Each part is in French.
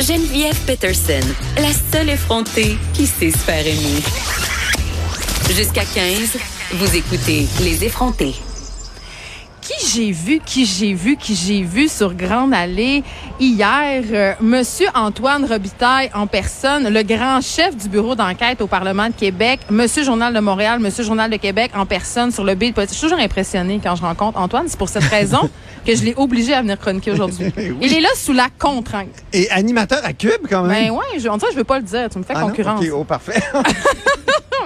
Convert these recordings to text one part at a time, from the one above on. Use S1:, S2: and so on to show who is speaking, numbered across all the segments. S1: Geneviève Peterson, la seule effrontée qui sait se faire aimer. Jusqu'à 15, vous écoutez Les effrontés.
S2: Qui j'ai vu, qui j'ai vu, qui j'ai vu sur Grande Allée hier, euh, Monsieur Antoine Robitaille en personne, le grand chef du bureau d'enquête au Parlement de Québec, Monsieur Journal de Montréal, Monsieur Journal de Québec en personne sur le bill politique. Je suis toujours impressionnée quand je rencontre Antoine. C'est pour cette raison que je l'ai obligé à venir chroniquer aujourd'hui. Il est là sous la contrainte.
S3: Et animateur à Cube, quand même.
S2: Ben ouais, je, en tout cas, je veux pas le dire. Tu me fais
S3: Ah non?
S2: concurrence.
S3: OK, oh, parfait.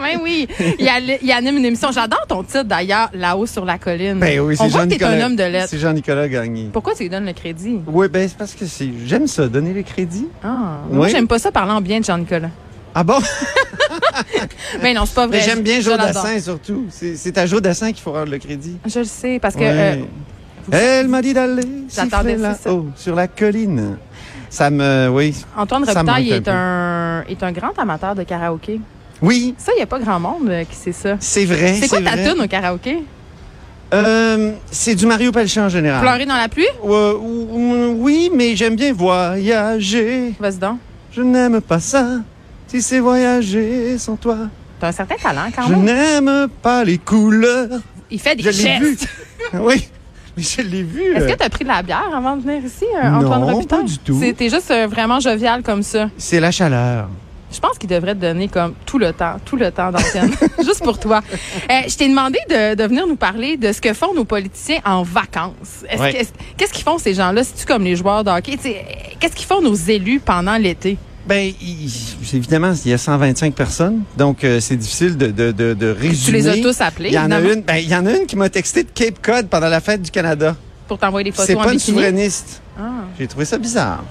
S2: Ben oui, il, a- il anime une émission. J'adore ton titre d'ailleurs, là-haut sur la colline.
S3: ben oui,
S2: On
S3: c'est
S2: voit que t'es
S3: Jean-Nicolas.
S2: un homme de lettres.
S3: C'est Jean-Nicolas Gagné.
S2: Pourquoi tu lui donnes le crédit?
S3: Oui, ben c'est parce que c'est j'aime ça, donner les crédits.
S2: Ah, moi
S3: Oui.
S2: j'aime pas ça parlant bien de Jean-Nicolas.
S3: Ah bon?
S2: Mais non, c'est pas vrai.
S3: Mais j'aime bien
S2: Je- je
S3: Joe
S2: l'adore.
S3: Dassin, surtout. C'est c'est à Joe Dassin qu'il faut rendre le crédit.
S2: Je le sais, parce que
S3: Ouais.
S2: euh,
S3: Elle m'a dit d'aller
S2: J'attendais
S3: siffler
S2: ça, ça.
S3: là-haut, sur la colline. Ça me... Oui.
S2: Antoine
S3: Ça
S2: Robitaille
S3: manque
S2: est
S3: un
S2: un, est un grand amateur de karaoké.
S3: Oui,
S2: Ça, il n'y a pas grand monde euh, qui sait ça.
S3: Eh, c'est vrai.
S2: C'est quoi ta
S3: vrai.
S2: tune au karaoké?
S3: Euh, C'est du Mario Pelchin en général.
S2: Pleurer dans la pluie?
S3: Ouais, ou- ou- oui, mais j'aime bien voyager.
S2: Vas-y donc.
S3: Je n'aime pas ça. Si c'est voyager sans toi.
S2: T'as un certain talent quand
S3: Je
S2: même.
S3: n'aime pas les couleurs.
S2: Il fait des
S3: Je l'ai vu.
S2: gestes.
S3: oui, mais je l'ai vu.
S2: Est-ce
S3: euh,
S2: que t'as pris de la bière avant de venir ici, euh, Antoine
S3: Non,
S2: Robitaille?
S3: pas du tout.
S2: C'est- T'es juste euh, vraiment jovial comme ça.
S3: C'est la chaleur.
S2: Je pense qu'il devrait te donner comme tout le temps, tout le temps d'antenne, juste pour toi. Euh, je t'ai demandé de, de venir nous parler de ce que font nos politiciens en vacances. Est-ce
S3: Ouais.
S2: que- est-ce- Qu'est-ce qu'ils font ces gens-là? C'est-tu comme les joueurs de hockey? Tu sais, euh, Qu'est-ce qu'ils font nos élus pendant l'été?
S3: Ben, il- évidemment, il y a 125 personnes, donc euh, c'est difficile de, de, de, de résumer.
S2: Tu les as tous appelés,
S3: Il y en a
S2: évidemment.
S3: une, ben, il y en a une qui m'a texté de Cape Cod pendant la fête du Canada.
S2: pour t'envoyer des
S3: C'est
S2: photos en
S3: pas une
S2: bikini.
S3: souverainiste.
S2: Ah.
S3: J'ai trouvé ça bizarre.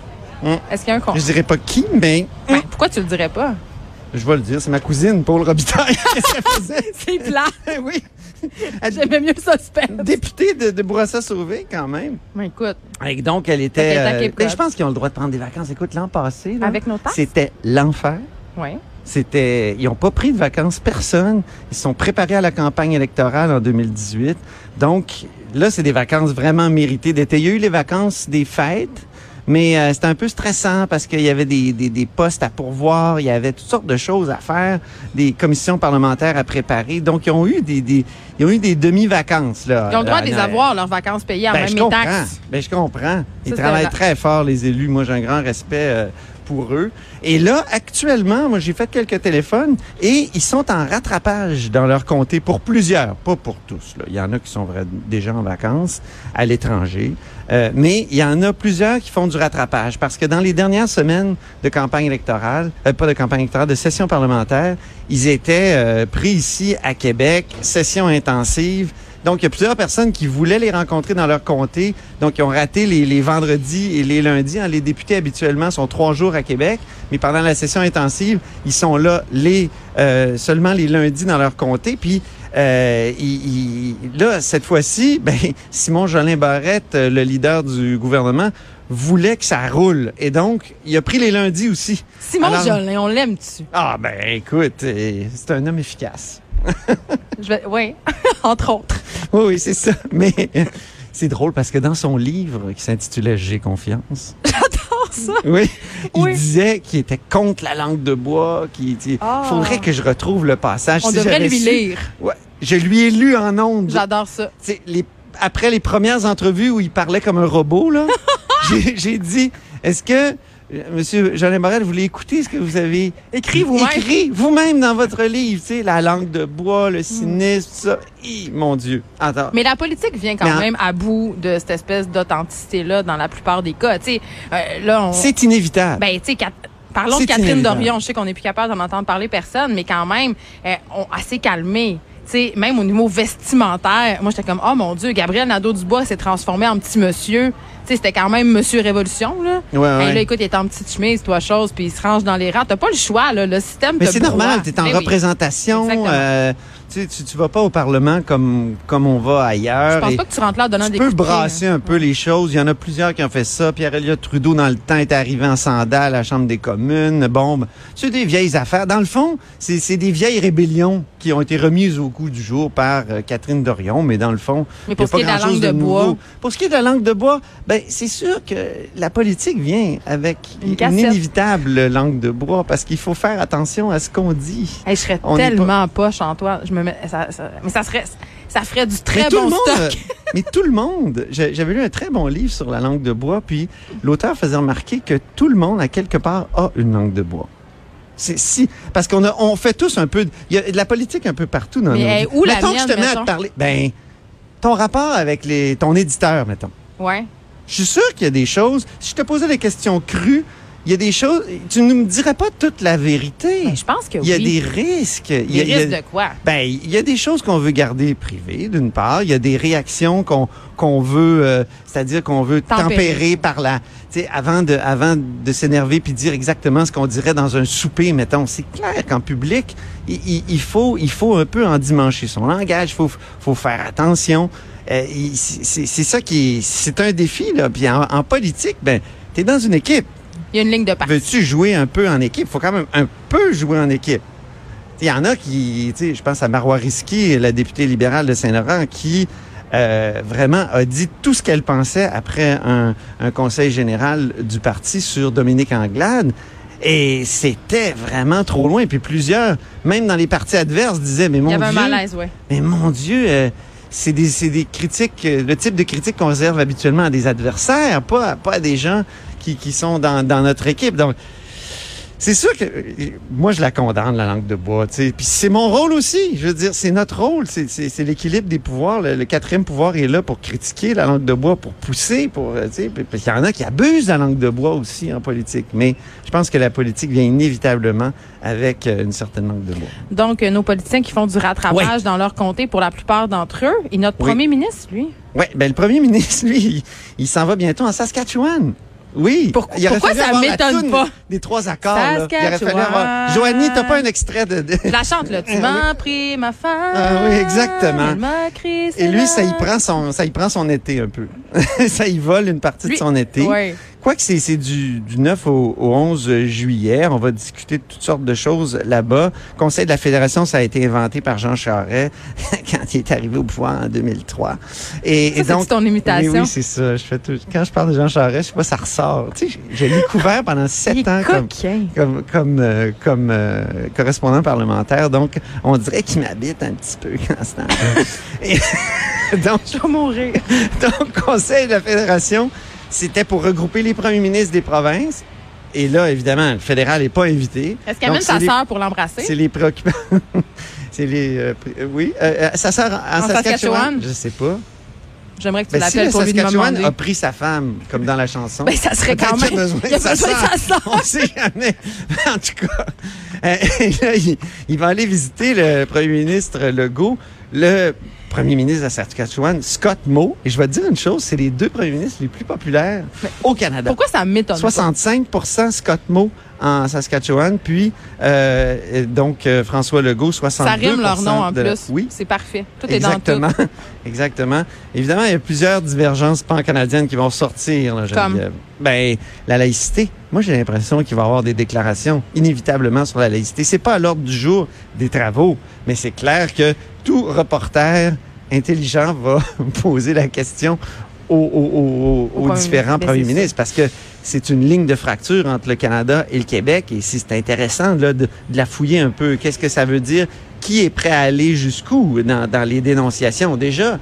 S2: Est-ce qu'il y a un con?
S3: Je dirais pas qui, mais
S2: Ben, pourquoi tu le dirais pas?
S3: je vais le dire. C'est ma cousine, Paul Robitaille. Qu'est-ce qu'elle faisait?
S2: C'est plat.
S3: oui. Elle-
S2: J'aimais mieux le suspense.
S3: Députée de, de Bourassa-Sauvé, quand même.
S2: Ben, écoute,
S3: Et donc, elle
S2: Fait
S3: était.
S2: qu'elle est à Cape
S3: ben,
S2: Cod.
S3: je pense qu'ils ont le droit de prendre des vacances. Écoute, l'an passé, là,
S2: avec nos taxes?
S3: c'était l'enfer.
S2: Ouais.
S3: Bah, C'était, ils n'ont pas pris de vacances, personne. Ils se sont préparés à la campagne électorale en 2018. Donc, là, c'est des vacances vraiment méritées d'été. Il y a eu les vacances des fêtes, mais euh, c'était un peu stressant parce qu'il y avait des, des, des postes à pourvoir, il y avait toutes sortes de choses à faire, des commissions parlementaires à préparer. Donc, ils ont eu des, des, ils ont eu des demi-vacances. Là,
S2: Ils ont le droit
S3: Là,
S2: de les
S3: là,
S2: avoir, leurs vacances payées en
S3: ben,
S2: même
S3: je
S2: mes
S3: comprends.
S2: taxes.
S3: Ben, je comprends. Ils
S2: Ça, c'est
S3: travaillent
S2: la-
S3: très fort, les élus. Moi, j'ai un grand respect euh, pour eux. Et là, actuellement, moi, j'ai fait quelques téléphones et ils sont en rattrapage dans leur comté pour plusieurs, pas pour tous. là. Il y en a qui sont vra- déjà en vacances à l'étranger, Euh, mais il y en a plusieurs qui font du rattrapage parce que dans les dernières semaines de campagne électorale, euh, pas de campagne électorale, de session parlementaire, ils étaient euh, pris ici à Québec, session intensive. Donc, il y a plusieurs personnes qui voulaient les rencontrer dans leur comté. Donc, ils ont raté les, les vendredis et les lundis. hein. Les députés, habituellement, sont trois jours à Québec. Mais pendant la session intensive, ils sont là les euh, seulement les lundis dans leur comté. Puis, euh, ils- ils- là, cette fois-ci, ben, Simon Jolin Barrette, euh, le leader du gouvernement, voulait que ça roule. Et donc, il a pris les lundis aussi.
S2: Simon
S3: Alors-
S2: Jolin, on l'aime-tu?
S3: Ah, ben, écoute, euh, c'est un homme efficace.
S2: Je vais- Oui, entre autres.
S3: Oui, oui, c'est ça. Mais c'est drôle parce que dans son livre qui s'intitulait J'ai confiance. J'adore
S2: ça.
S3: Oui. Il
S2: Oui.
S3: disait qu'il était contre la langue de bois. Qu'il il
S2: Ah.
S3: faudrait que je retrouve le passage.
S2: On
S3: Si
S2: devrait
S3: j'avais
S2: lui
S3: su-
S2: lire.
S3: Ouais, je lui ai lu en ondes.
S2: J'adore ça.
S3: Tu sais, les- après les premières entrevues où il parlait comme un robot, là, j'ai j'ai dit, est-ce que, euh, Monsieur Jolin Morel, vous voulez écouter ce que vous avez
S2: Écris vous-même.
S3: écrit vous-même dans votre livre, tu sais, la langue de bois,
S2: Mm.
S3: le cynisme, tout ça. Hi, mon Dieu. Attends.
S2: Mais la politique vient quand
S3: Mais en-
S2: même à bout de cette espèce d'authenticité-là dans la plupart des cas. Tu sais, euh, là, on.
S3: C'est inévitable.
S2: Ben, tu sais, Cat- Parlons de
S3: C'est
S2: Catherine
S3: inévitable.
S2: Dorion. Je sais qu'on n'est plus capable d'en entendre parler personne, mais quand même, euh, on a assez calmé. Tu sais, même au niveau vestimentaire, moi, j'étais comme, oh mon Dieu, Gabriel Nadeau-Dubois s'est transformé en petit monsieur. Tu sais, c'était quand même Monsieur Révolution, là.
S3: Ouais, ouais.
S2: Hey, là, écoute, il est en petite chemise, toi, chose, puis il se range dans les rangs. T'as pas le choix, là. Le système
S3: Mais
S2: te
S3: c'est
S2: broie.
S3: normal, tu es en
S2: Ben oui.
S3: représentation.
S2: Exactement.
S3: euh, tu, sais, tu, tu vas pas au Parlement comme, comme on va ailleurs.
S2: Je pense
S3: et
S2: pas que tu rentres là en donnant
S3: tu
S2: des
S3: peux
S2: coups de hein. pied, là.
S3: brasser un peu les choses. Il y en a plusieurs qui ont fait ça. Pierre-Éliott Trudeau, dans le temps, est arrivé en sandales à la Chambre des communes. Bon, ben, c'est des vieilles affaires. Dans le fond, c'est c'est des vieilles rébellions qui ont été remises au coup du jour par euh, Catherine Dorion, mais dans le fond,
S2: Mais pour
S3: il y a
S2: ce qui est
S3: pas
S2: de la
S3: grand-chose
S2: langue de bois.
S3: nouveau. Pour ce qui est de la langue de bois, ben, c'est sûr que la politique vient avec
S2: Une
S3: une,
S2: cassette.
S3: inévitable langue de bois parce qu'il faut faire attention à ce qu'on dit.
S2: Hey, je serais
S3: On est
S2: tellement poche, Antoine. Je me mets, ça, ça- mais ça serait, ça ferait du très
S3: mais tout
S2: bon
S3: le monde,
S2: stock.
S3: euh, mais tout le monde, j'a- j'avais lu un très bon livre sur la langue de bois, puis l'auteur faisait remarquer que tout le monde à quelque part a une langue de bois. C'est si parce qu'on a, on fait tous un peu, de- il y a de la politique un peu partout dans
S2: Mais,
S3: nos
S2: hey,
S3: vies.
S2: où la
S3: Mettons que je te
S2: mienne,
S3: mets à
S2: mettons?
S3: te parler, ben ton rapport avec les, ton éditeur, mettons.
S2: Ouais.
S3: Je suis sûr qu'il y a des choses. Si je te posais des questions crues, il y a des choses. Tu ne me dirais pas toute la vérité.
S2: Ben, je pense que
S3: il y a
S2: oui.
S3: des risques. Il
S2: Des
S3: y a- il y a-
S2: risques de quoi?
S3: ben, il y a des choses qu'on veut garder privées, d'une part. Il y a des réactions qu'on qu'on veut, euh, c'est-à-dire qu'on veut
S2: Tempérer.
S3: tempérer, par la, tu sais, avant de, avant de s'énerver puis dire exactement ce qu'on dirait dans un souper, mettons. C'est clair qu'en public, il, il- il faut, il faut un peu endimancher son langage. Faut, faut faire attention. Euh, il- c'est c'est- c'est ça qui, est- c'est un défi là. Puis en, en politique, ben, t'es dans une équipe.
S2: Il y a une ligne de parti.
S3: Veux-tu jouer un peu en équipe? faut quand même un peu jouer en équipe. Il y en a qui, tu sais, je pense à Marois Risky, la députée libérale de Saint-Laurent, qui euh, vraiment a dit tout ce qu'elle pensait après un, un conseil général du parti sur Dominique Anglade. Et c'était vraiment trop loin. Puis plusieurs, même dans les partis adverses, disaient, mais mon
S2: Il y avait un
S3: Dieu,
S2: malaise, oui.
S3: mais mon Dieu, euh, c'est des, c'est des critiques, euh, le type de critique qu'on réserve habituellement à des adversaires, pas, à- pas à des gens qui, qui sont dans, dans notre équipe. Donc, c'est sûr que euh, moi, je la condamne, la langue de bois. tu sais. Puis c'est mon rôle aussi. Je veux dire, c'est notre rôle. C'est- C'est c'est l'équilibre des pouvoirs. Le, le quatrième pouvoir est là pour critiquer la langue de bois, pour pousser, pour. euh, tu sais, puis- puis Il y en a qui abusent de la langue de bois aussi en politique. Mais je pense que la politique vient inévitablement avec euh, une certaine langue de bois.
S2: Donc, euh, nos politiciens qui font du rattrapage
S3: Ouais.
S2: dans leur comté pour la plupart d'entre eux. Et notre
S3: Oui.
S2: premier ministre, lui.
S3: Oui, ben le premier ministre, lui, il, il s'en va bientôt en Saskatchewan. Oui.
S2: Pour-
S3: Il aurait
S2: pourquoi
S3: fallu
S2: ça
S3: avoir la
S2: m'étonne
S3: toune
S2: pas?
S3: Des trois accords. là. Il aurait fallu avoir...
S2: Saskatchewan.
S3: Joanie, t'as pas un extrait de. de-
S2: Je la chante, là. Tu
S3: Ah,
S2: m'as pris ma femme.
S3: Ah oui, exactement.
S2: elle m'a crié, c'est
S3: Et lui,
S2: là.
S3: ça y prend son, ça y prend son été un peu. ça y vole une partie
S2: Lui-
S3: de son été.
S2: Ouais.
S3: Quoique c'est, c'est du, du 9 au, au 11 juillet, on va discuter de toutes sortes de choses là-bas. Conseil de la Fédération, ça a été inventé par Jean Charest quand il est arrivé au pouvoir en 2003. Et,
S2: Ça, c'est-tu ton imitation?
S3: Mais oui, c'est ça. Je fais tout- Quand je parle de Jean Charest, je sais pas, ça ressort. Tu sais, j'ai j'ai découvert pendant
S2: Il
S3: sept ans
S2: est
S3: comme,
S2: coquin.
S3: comme, comme, euh, comme euh, correspondant parlementaire. Donc, on dirait qu'il m'habite un petit peu quand ce temps donc,
S2: Je vais mourir.
S3: donc, Conseil de la Fédération, c'était pour regrouper les premiers ministres des provinces. Et là, évidemment, le fédéral n'est pas invité.
S2: Est-ce qu'elle
S3: Donc,
S2: amène sa
S3: c'est les-
S2: sœur pour l'embrasser?
S3: C'est les préoccupants. c'est les. euh, pré- euh, oui. euh, euh, sa sœur en, en
S2: En
S3: Saskatchewan,
S2: Saskatchewan?
S3: Je sais pas.
S2: J'aimerais que tu
S3: Ben, si
S2: l'appelles
S3: le
S2: pour lui
S3: Saskatchewan
S2: demander.
S3: a pris sa femme, comme dans la chanson.
S2: Ben, ça serait quand
S3: Peut-être qu'il
S2: même.
S3: a besoin
S2: Il a
S3: de sa
S2: besoin de
S3: sœur.
S2: sa sœur.
S3: On sait jamais. En tout cas, euh, là, il, il va aller visiter le premier ministre Legault, le premier ministre de la Saskatchewan, Scott Moe. Et je vais te dire une chose, c'est les deux premiers ministres les plus populaires au Canada.
S2: Pourquoi ça m'étonne? pas?
S3: 65 Scott Moe en Saskatchewan, puis euh, euh, donc euh, François Legault, 62
S2: Ça rime leur nom en
S3: de-
S2: plus.
S3: Oui,
S2: C'est parfait. Tout est dans
S3: Exactement.
S2: tout.
S3: Exactement. Évidemment, il y a plusieurs divergences pan-canadiennes qui vont sortir, là,
S2: Comme?
S3: Geneviève. Ben, la laïcité. Moi, j'ai l'impression qu'il va y avoir des déclarations inévitablement sur la laïcité. C'est pas à l'ordre du jour des travaux, mais c'est clair que tout reporter intelligent va poser la question aux, aux- aux- aux-
S2: Au
S3: aux
S2: premier
S3: différents
S2: ministre. Ben,
S3: premiers
S2: c'est ça.
S3: ministres parce que c'est une ligne de fracture entre le Canada et le Québec et si c'est intéressant là, de, de la fouiller un peu. Qu'est-ce que ça veut dire? Qui est prêt à aller jusqu'où dans, dans les dénonciations? Déjà,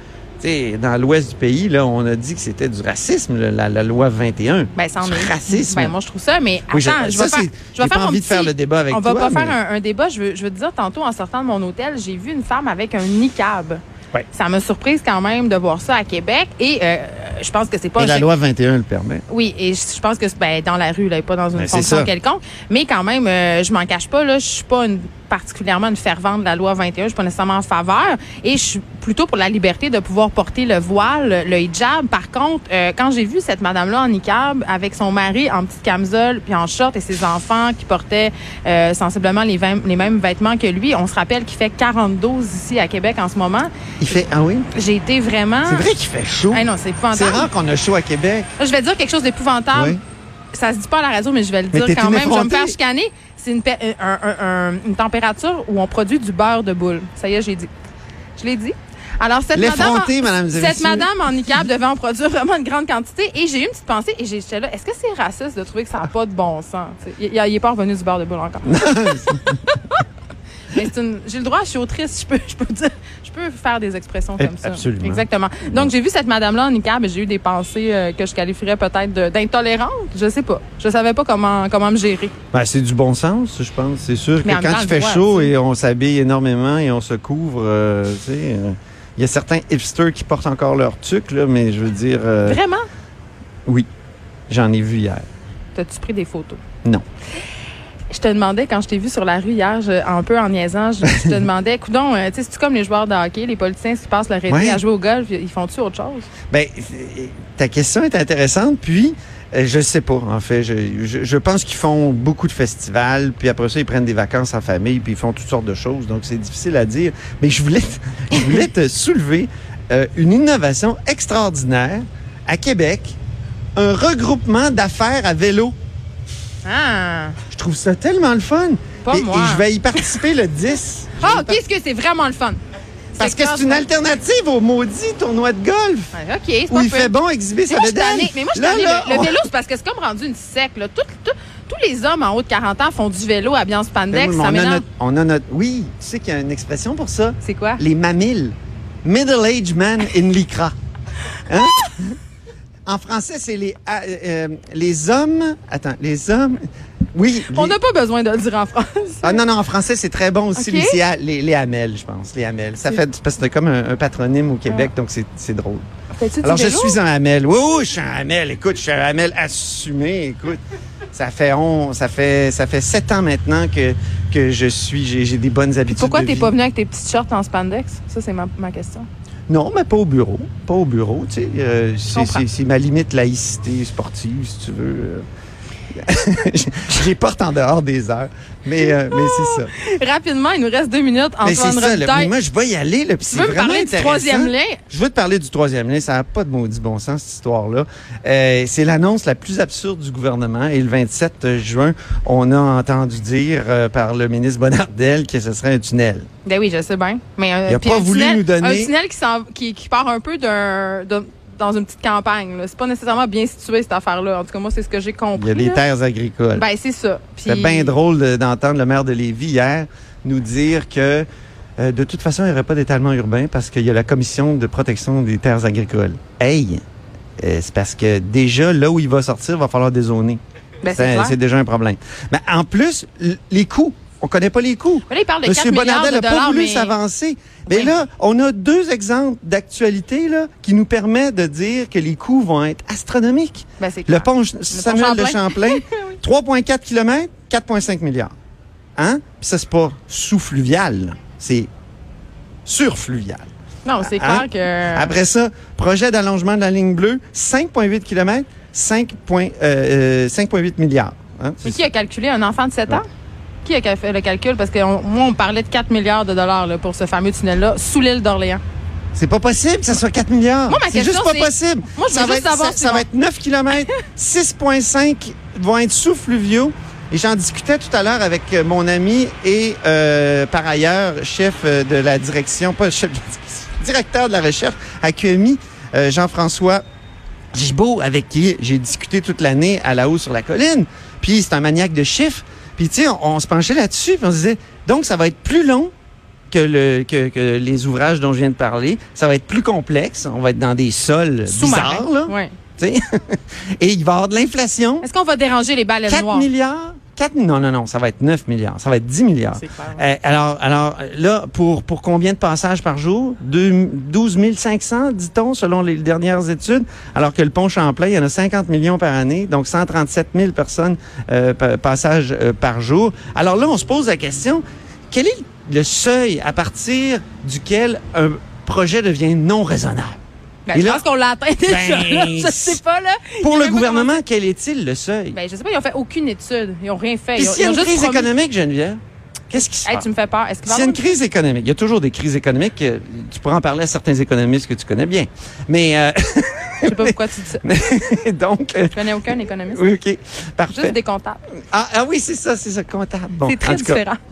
S3: tu sais, dans l'ouest du pays, là, on a dit que c'était du racisme, le- la, la loi 21.
S2: Ben, ça en
S3: Du
S2: est.
S3: racisme.
S2: Ben, moi, je trouve ça, mais attends,
S3: Oui,
S2: je, vais
S3: ça,
S2: faire,
S3: c'est-
S2: je vais
S3: j'ai
S2: faire
S3: pas
S2: mon
S3: envie de faire
S2: petit-
S3: le débat avec
S2: On
S3: toi.
S2: va pas
S3: mais-
S2: faire un, un débat. Je veux, je veux te dire, tantôt, en sortant de mon hôtel, j'ai vu une femme avec un niqab.
S3: Ouais.
S2: Ça m'a surprise quand même de voir ça à Québec. Et euh, je pense que c'est pas...
S3: Et la
S2: je-
S3: loi 21 le permet.
S2: Oui, et je je pense que c'est ben, dans la rue, là, et pas dans une
S3: Ben, c'est
S2: fonction
S3: ça.
S2: quelconque. Mais quand même, euh, je m'en cache pas, là, je suis pas une particulièrement une fervente de la loi 21. Je suis pas nécessairement en faveur et je suis plutôt pour la liberté de pouvoir porter le voile, le hijab. Par contre, euh, quand j'ai vu cette madame-là en hijab avec son mari en petite camisole puis en short et ses enfants qui portaient euh, sensiblement les, vin- les mêmes vêtements que lui, on se rappelle qu'il fait 42 ici à Québec en ce moment.
S3: Il fait. Ah oui?
S2: J'ai été vraiment.
S3: C'est vrai qu'il fait chaud.
S2: Ah non, c'est
S3: C'est
S2: épouvantable.
S3: rare qu'on a chaud à Québec.
S2: Là, je vais dire quelque chose d'épouvantable.
S3: Oui.
S2: Ça se dit pas à la radio, mais je vais le
S3: Mais
S2: dire
S3: t'es
S2: quand
S3: une
S2: même. Je vais me
S3: effrontée.
S2: faire chicaner. C'est une, pe- euh, un- un- un- une température où on produit du beurre de boule. Ça y est, j'ai dit. Je l'ai dit. Alors, cette madame,
S3: L'effrontée,
S2: en-
S3: mesdames et
S2: cette
S3: messieurs.
S2: madame en niqab devait en produire vraiment une grande quantité. Et j'ai eu une petite pensée et j'ai- j'étais là, est-ce que c'est raciste de trouver que ça n'a pas de bon sens? T'sais, Il il- il est pas revenu du beurre de boule encore. Mais Ben, c'est une- j'ai le droit, je suis autrice, je peux, je peux dire, je peux faire des expressions comme ça.
S3: Absolument.
S2: Exactement. Donc j'ai vu cette madame là en niqab et j'ai eu des pensées euh, que je qualifierais peut-être de- d'intolérante, je sais pas. Je savais pas comment comment me gérer.
S3: Ben, c'est du bon sens, je pense. C'est sûr
S2: Mais en
S3: que quand
S2: même
S3: il
S2: temps,
S3: fait
S2: le droit,
S3: chaud
S2: tu sais.
S3: et on s'habille énormément et on se couvre, euh, tu sais, euh, il y a certains hipsters qui portent encore leur tuque, là, mais je veux dire, euh,
S2: Vraiment
S3: j'en ai vu hier.
S2: T'as-tu pris des photos?
S3: Non.
S2: Je te demandais, quand je t'ai vu sur la rue hier, je- un peu en niaisant, je, je te demandais, coudon, euh, tu sais, c'est-tu comme les joueurs de hockey, les politiciens qui passent leur été
S3: Ouais.
S2: à jouer au golf, ils font-tu autre chose?
S3: Ben, euh, ta question est intéressante, puis euh, je sais pas, en fait. Je, je, je pense qu'ils font beaucoup de festivals, puis après ça, ils prennent des vacances en famille, puis ils font toutes sortes de choses, donc c'est difficile à dire. Mais je voulais, te- je voulais te soulever euh, une innovation extraordinaire à Québec, un regroupement d'affaires à vélo.
S2: Ah!
S3: Je trouve ça tellement le fun.
S2: Pas
S3: et,
S2: moi.
S3: et je vais y participer le 10.
S2: Ah, qu'est-ce que c'est vraiment le fun?
S3: Parce que c'est une
S2: classe-
S3: alternative au maudit tournoi de golf.
S2: Ouais, OK, c'est
S3: Où
S2: pas
S3: il
S2: peu.
S3: fait bon exhiber sa
S2: Mais moi, je suis
S3: bédaine.
S2: tannée. Mais moi, je suis
S3: Là,
S2: tannée.
S3: là,
S2: Le, le
S3: on-
S2: vélo, c'est parce que c'est comme rendu une sec. Là. Tout- tout- tous les hommes en haut de 40 ans font du vélo à bien
S3: Mais
S2: spandex.
S3: oui,
S2: ça
S3: mais on, a
S2: m'énerve.
S3: notre, on a notre- Oui, tu sais qu'il y a une expression pour ça.
S2: C'est quoi?
S3: Les mamilles. Middle-aged man in lycra. Hein? en français, c'est les, ah, euh, les hommes... Attends, les hommes... Oui.
S2: On
S3: les-
S2: n'a pas besoin de le dire en France.
S3: Ah non, non, en français, c'est très bon aussi,
S2: Ok.
S3: les, CA les, les hamels, je pense. Les hamels. Ça fait... Parce que c'est comme un, un patronyme au Québec,
S2: Ah.
S3: donc c'est- c'est drôle.
S2: Fais-tu du
S3: Alors, je
S2: vélo?
S3: suis un Hamel. Oui, oui, je suis un Hamel. Écoute, je suis un Hamel assumé. Écoute, ça fait on, ça fait ça fait sept ans maintenant que que je suis. J'ai, j'ai des bonnes habitudes.
S2: Pourquoi
S3: de
S2: t'es
S3: vie.
S2: pas venu avec tes petites shorts en spandex? Ça, c'est ma, ma question.
S3: Non, mais pas au bureau. Pas au bureau. Tu sais, euh, c'est,
S2: comprends.
S3: c'est, c'est ma limite laïcité sportive, si tu veux. euh. je les porte en dehors des heures. Mais euh, mais c'est ça.
S2: Rapidement, il nous reste deux minutes.
S3: mais c'est
S2: Antoine
S3: ça. là. Mais
S2: Robitaille,
S3: moi, je vais y aller. Là, puis
S2: tu
S3: c'est
S2: veux me
S3: vraiment
S2: parler du
S3: intéressant.
S2: troisième lien?
S3: Je veux te parler du troisième lien. Ça n'a pas de maudit bon sens, cette histoire-là. Euh, c'est l'annonce la plus absurde du gouvernement. Et le 27 juin, on a entendu dire euh, par le ministre Bonnardel que ce serait un tunnel.
S2: Ben oui, je sais bien. Mais euh,
S3: Il a
S2: puis
S3: pas
S2: un
S3: voulu
S2: tunnel-
S3: nous donner-
S2: Un tunnel qui, s'en- qui, qui part un peu d'un, d'un- dans une petite campagne. là. C'est pas nécessairement bien situé, cette affaire-là. En tout cas, moi, c'est ce que j'ai
S3: Il
S2: compris.
S3: y a des
S2: là.
S3: terres agricoles.
S2: Ben, c'est ça. Puis-
S3: C'était bien drôle de- d'entendre le maire de Lévis hier nous dire que euh, de toute façon, il n'y aurait pas d'étalement urbain parce qu'il y a la commission de protection des terres agricoles. Hey! euh, c'est parce que déjà, là où il va sortir, il va falloir dézoner.
S2: Ben, c'est
S3: C'est-
S2: clair.
S3: c'est déjà un problème. Mais en plus, l- les coûts. On connaît pas les coûts.
S2: Mais là, il parle de 4
S3: Monsieur
S2: milliards
S3: Bonnardel
S2: de
S3: n'a
S2: dollars,
S3: pas voulu
S2: mais-
S3: s'avancer. Mais
S2: Oui.
S3: là, on a deux exemples d'actualité là, qui nous permettent de dire que les coûts vont être astronomiques.
S2: Ben, c'est
S3: Le
S2: clair.
S3: pont Ch- Samuel de Champlain, 3,4 km, 4,5 milliards. Hein? Puis ça, c'est pas sous-fluvial, là. c'est surfluvial.
S2: Non, c'est
S3: Hein?
S2: clair que.
S3: Après ça, projet d'allongement de la ligne bleue, 5,8 km, 5,8 euh, 5,8 milliards. Hein?
S2: Mais qui a calculé un enfant de 7 ans? Qui a cal- fait le calcul? Parce que on- moi, on parlait de 4 milliards de dollars là, pour ce fameux tunnel-là sous l'île d'Orléans.
S3: C'est pas possible que ça soit 4 milliards.
S2: Moi, ma
S3: c'est juste
S2: question,
S3: pas
S2: c'est-
S3: possible.
S2: Moi, je veux
S3: ça va
S2: juste
S3: être,
S2: savoir
S3: ça,
S2: si
S3: ça
S2: mon-
S3: va être 9 km, 6,5 vont être sous fluviaux. Et j'en discutais tout à l'heure avec euh, mon ami et euh, par ailleurs chef euh, de la direction, pas chef, de la direction, directeur de la recherche à QMI, euh, Jean-François Gibault, avec qui j'ai discuté toute l'année à la haut sur la colline. Puis c'est un maniaque de chiffres. Puis tu sais, on, on se penchait là-dessus, puis on se disait, donc ça va être plus long que, le, que, que les ouvrages dont je viens de parler. Ça va être plus complexe. On va être dans des sols
S2: Sous-marin.
S3: bizarres, là.
S2: Ouais.
S3: tu sais. Et il va y avoir de l'inflation.
S2: Est-ce qu'on va déranger les balles
S3: 4
S2: noires?
S3: milliards? 4, non, non, non, ça va être 9 milliards. Ça va être 10 milliards.
S2: C'est clair.
S3: Euh, alors, alors euh, là, pour, pour combien de passages par jour? Deux- 12 500, dit-on, selon les dernières études, alors que le pont Champlain, il y en a 50 millions par année, donc 137 000 personnes euh, pa- passages euh, par jour. Alors là, on se pose la question, quel est le seuil à partir duquel un projet devient non raisonnable?
S2: Ben,
S3: Et
S2: je
S3: là-
S2: pense qu'on l'a atteint déjà. là. Je sais pas, là.
S3: Pour
S2: Il y
S3: le
S2: avait pas
S3: gouvernement, quel est-il le seuil?
S2: de- Ben, je sais pas, ils ont fait aucune étude. Ils ont rien fait.
S3: Puis
S2: Ils ont,
S3: s'il y
S2: ils
S3: a
S2: ont
S3: une
S2: juste
S3: crise
S2: promis-
S3: économique, Geneviève, qu'est-ce qui se
S2: Hey,
S3: passe?
S2: tu me fais peur. Est-ce que
S3: S'il y a une crise économique, il y a toujours des crises économiques. euh, Tu pourras en parler à certains économistes que tu connais bien. Mais euh,
S2: Je sais pas pourquoi tu dis ça. Je
S3: donc, euh,
S2: connais aucun économiste.
S3: oui, ok, parfait.
S2: Juste des comptables.
S3: Ah, ah oui, c'est ça, c'est ça, comptable. Bon,
S2: C'est
S3: en
S2: très
S3: tout cas,
S2: différent.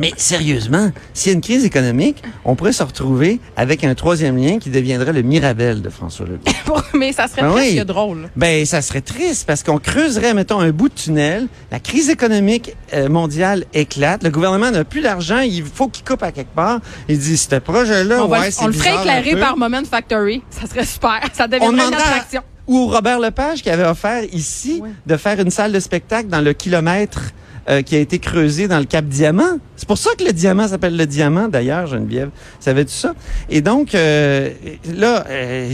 S3: Mais sérieusement, s'il y a une crise économique, on pourrait se retrouver avec un troisième lien qui deviendrait le Mirabel de François Legault.
S2: Pour- Mais ça serait
S3: Ben oui.
S2: presque drôle.
S3: Ben, ça serait triste parce qu'on creuserait, mettons, un bout de tunnel. La crise économique euh, mondiale éclate. Le gouvernement n'a plus d'argent. Il faut qu'il coupe à quelque part. Il dit, ce projet-là,
S2: on va le-
S3: ouais, c'est
S2: on le ferait
S3: bizarre un
S2: éclairer
S3: peu.
S2: par Moment Factory. Ça serait super. Ça
S3: On
S2: deviendrait une
S3: demanderait à-
S2: attraction.
S3: ou Robert Lepage qui avait offert ici
S2: Ouais.
S3: de faire une salle de spectacle dans le kilomètre euh, qui a été creusé dans le Cap Diamant. C'est pour ça que le diamant s'appelle le diamant, d'ailleurs, Geneviève. Savais-tu ça? Et donc, euh, là, euh,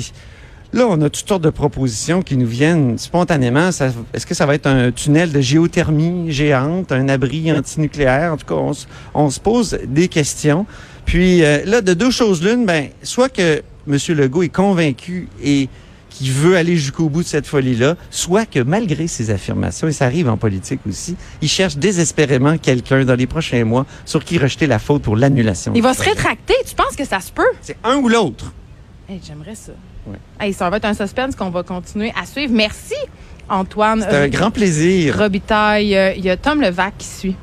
S3: là, on a toutes sortes de propositions qui nous viennent spontanément. Ça- Est-ce que ça va être un tunnel de géothermie géante, un abri antinucléaire? En tout cas, on, se- on se pose des questions. Puis euh, là, de deux choses l'une, ben, soit que M. Legault est convaincu et qui veut aller jusqu'au bout de cette folie-là, soit que malgré ses affirmations, et ça arrive en politique aussi, il cherche désespérément quelqu'un dans les prochains mois sur qui rejeter la faute pour l'annulation.
S2: Il
S3: du
S2: va se
S3: projet.
S2: rétracter. Tu penses que ça se peut?
S3: C'est un ou l'autre.
S2: Hey, J'aimerais ça.
S3: Ouais.
S2: Hey, ça va être un suspense qu'on va continuer à suivre. Merci, Antoine. Euh,
S3: C'est un grand plaisir.
S2: Robitaille. Euh, Il y a Tom Levac qui suit.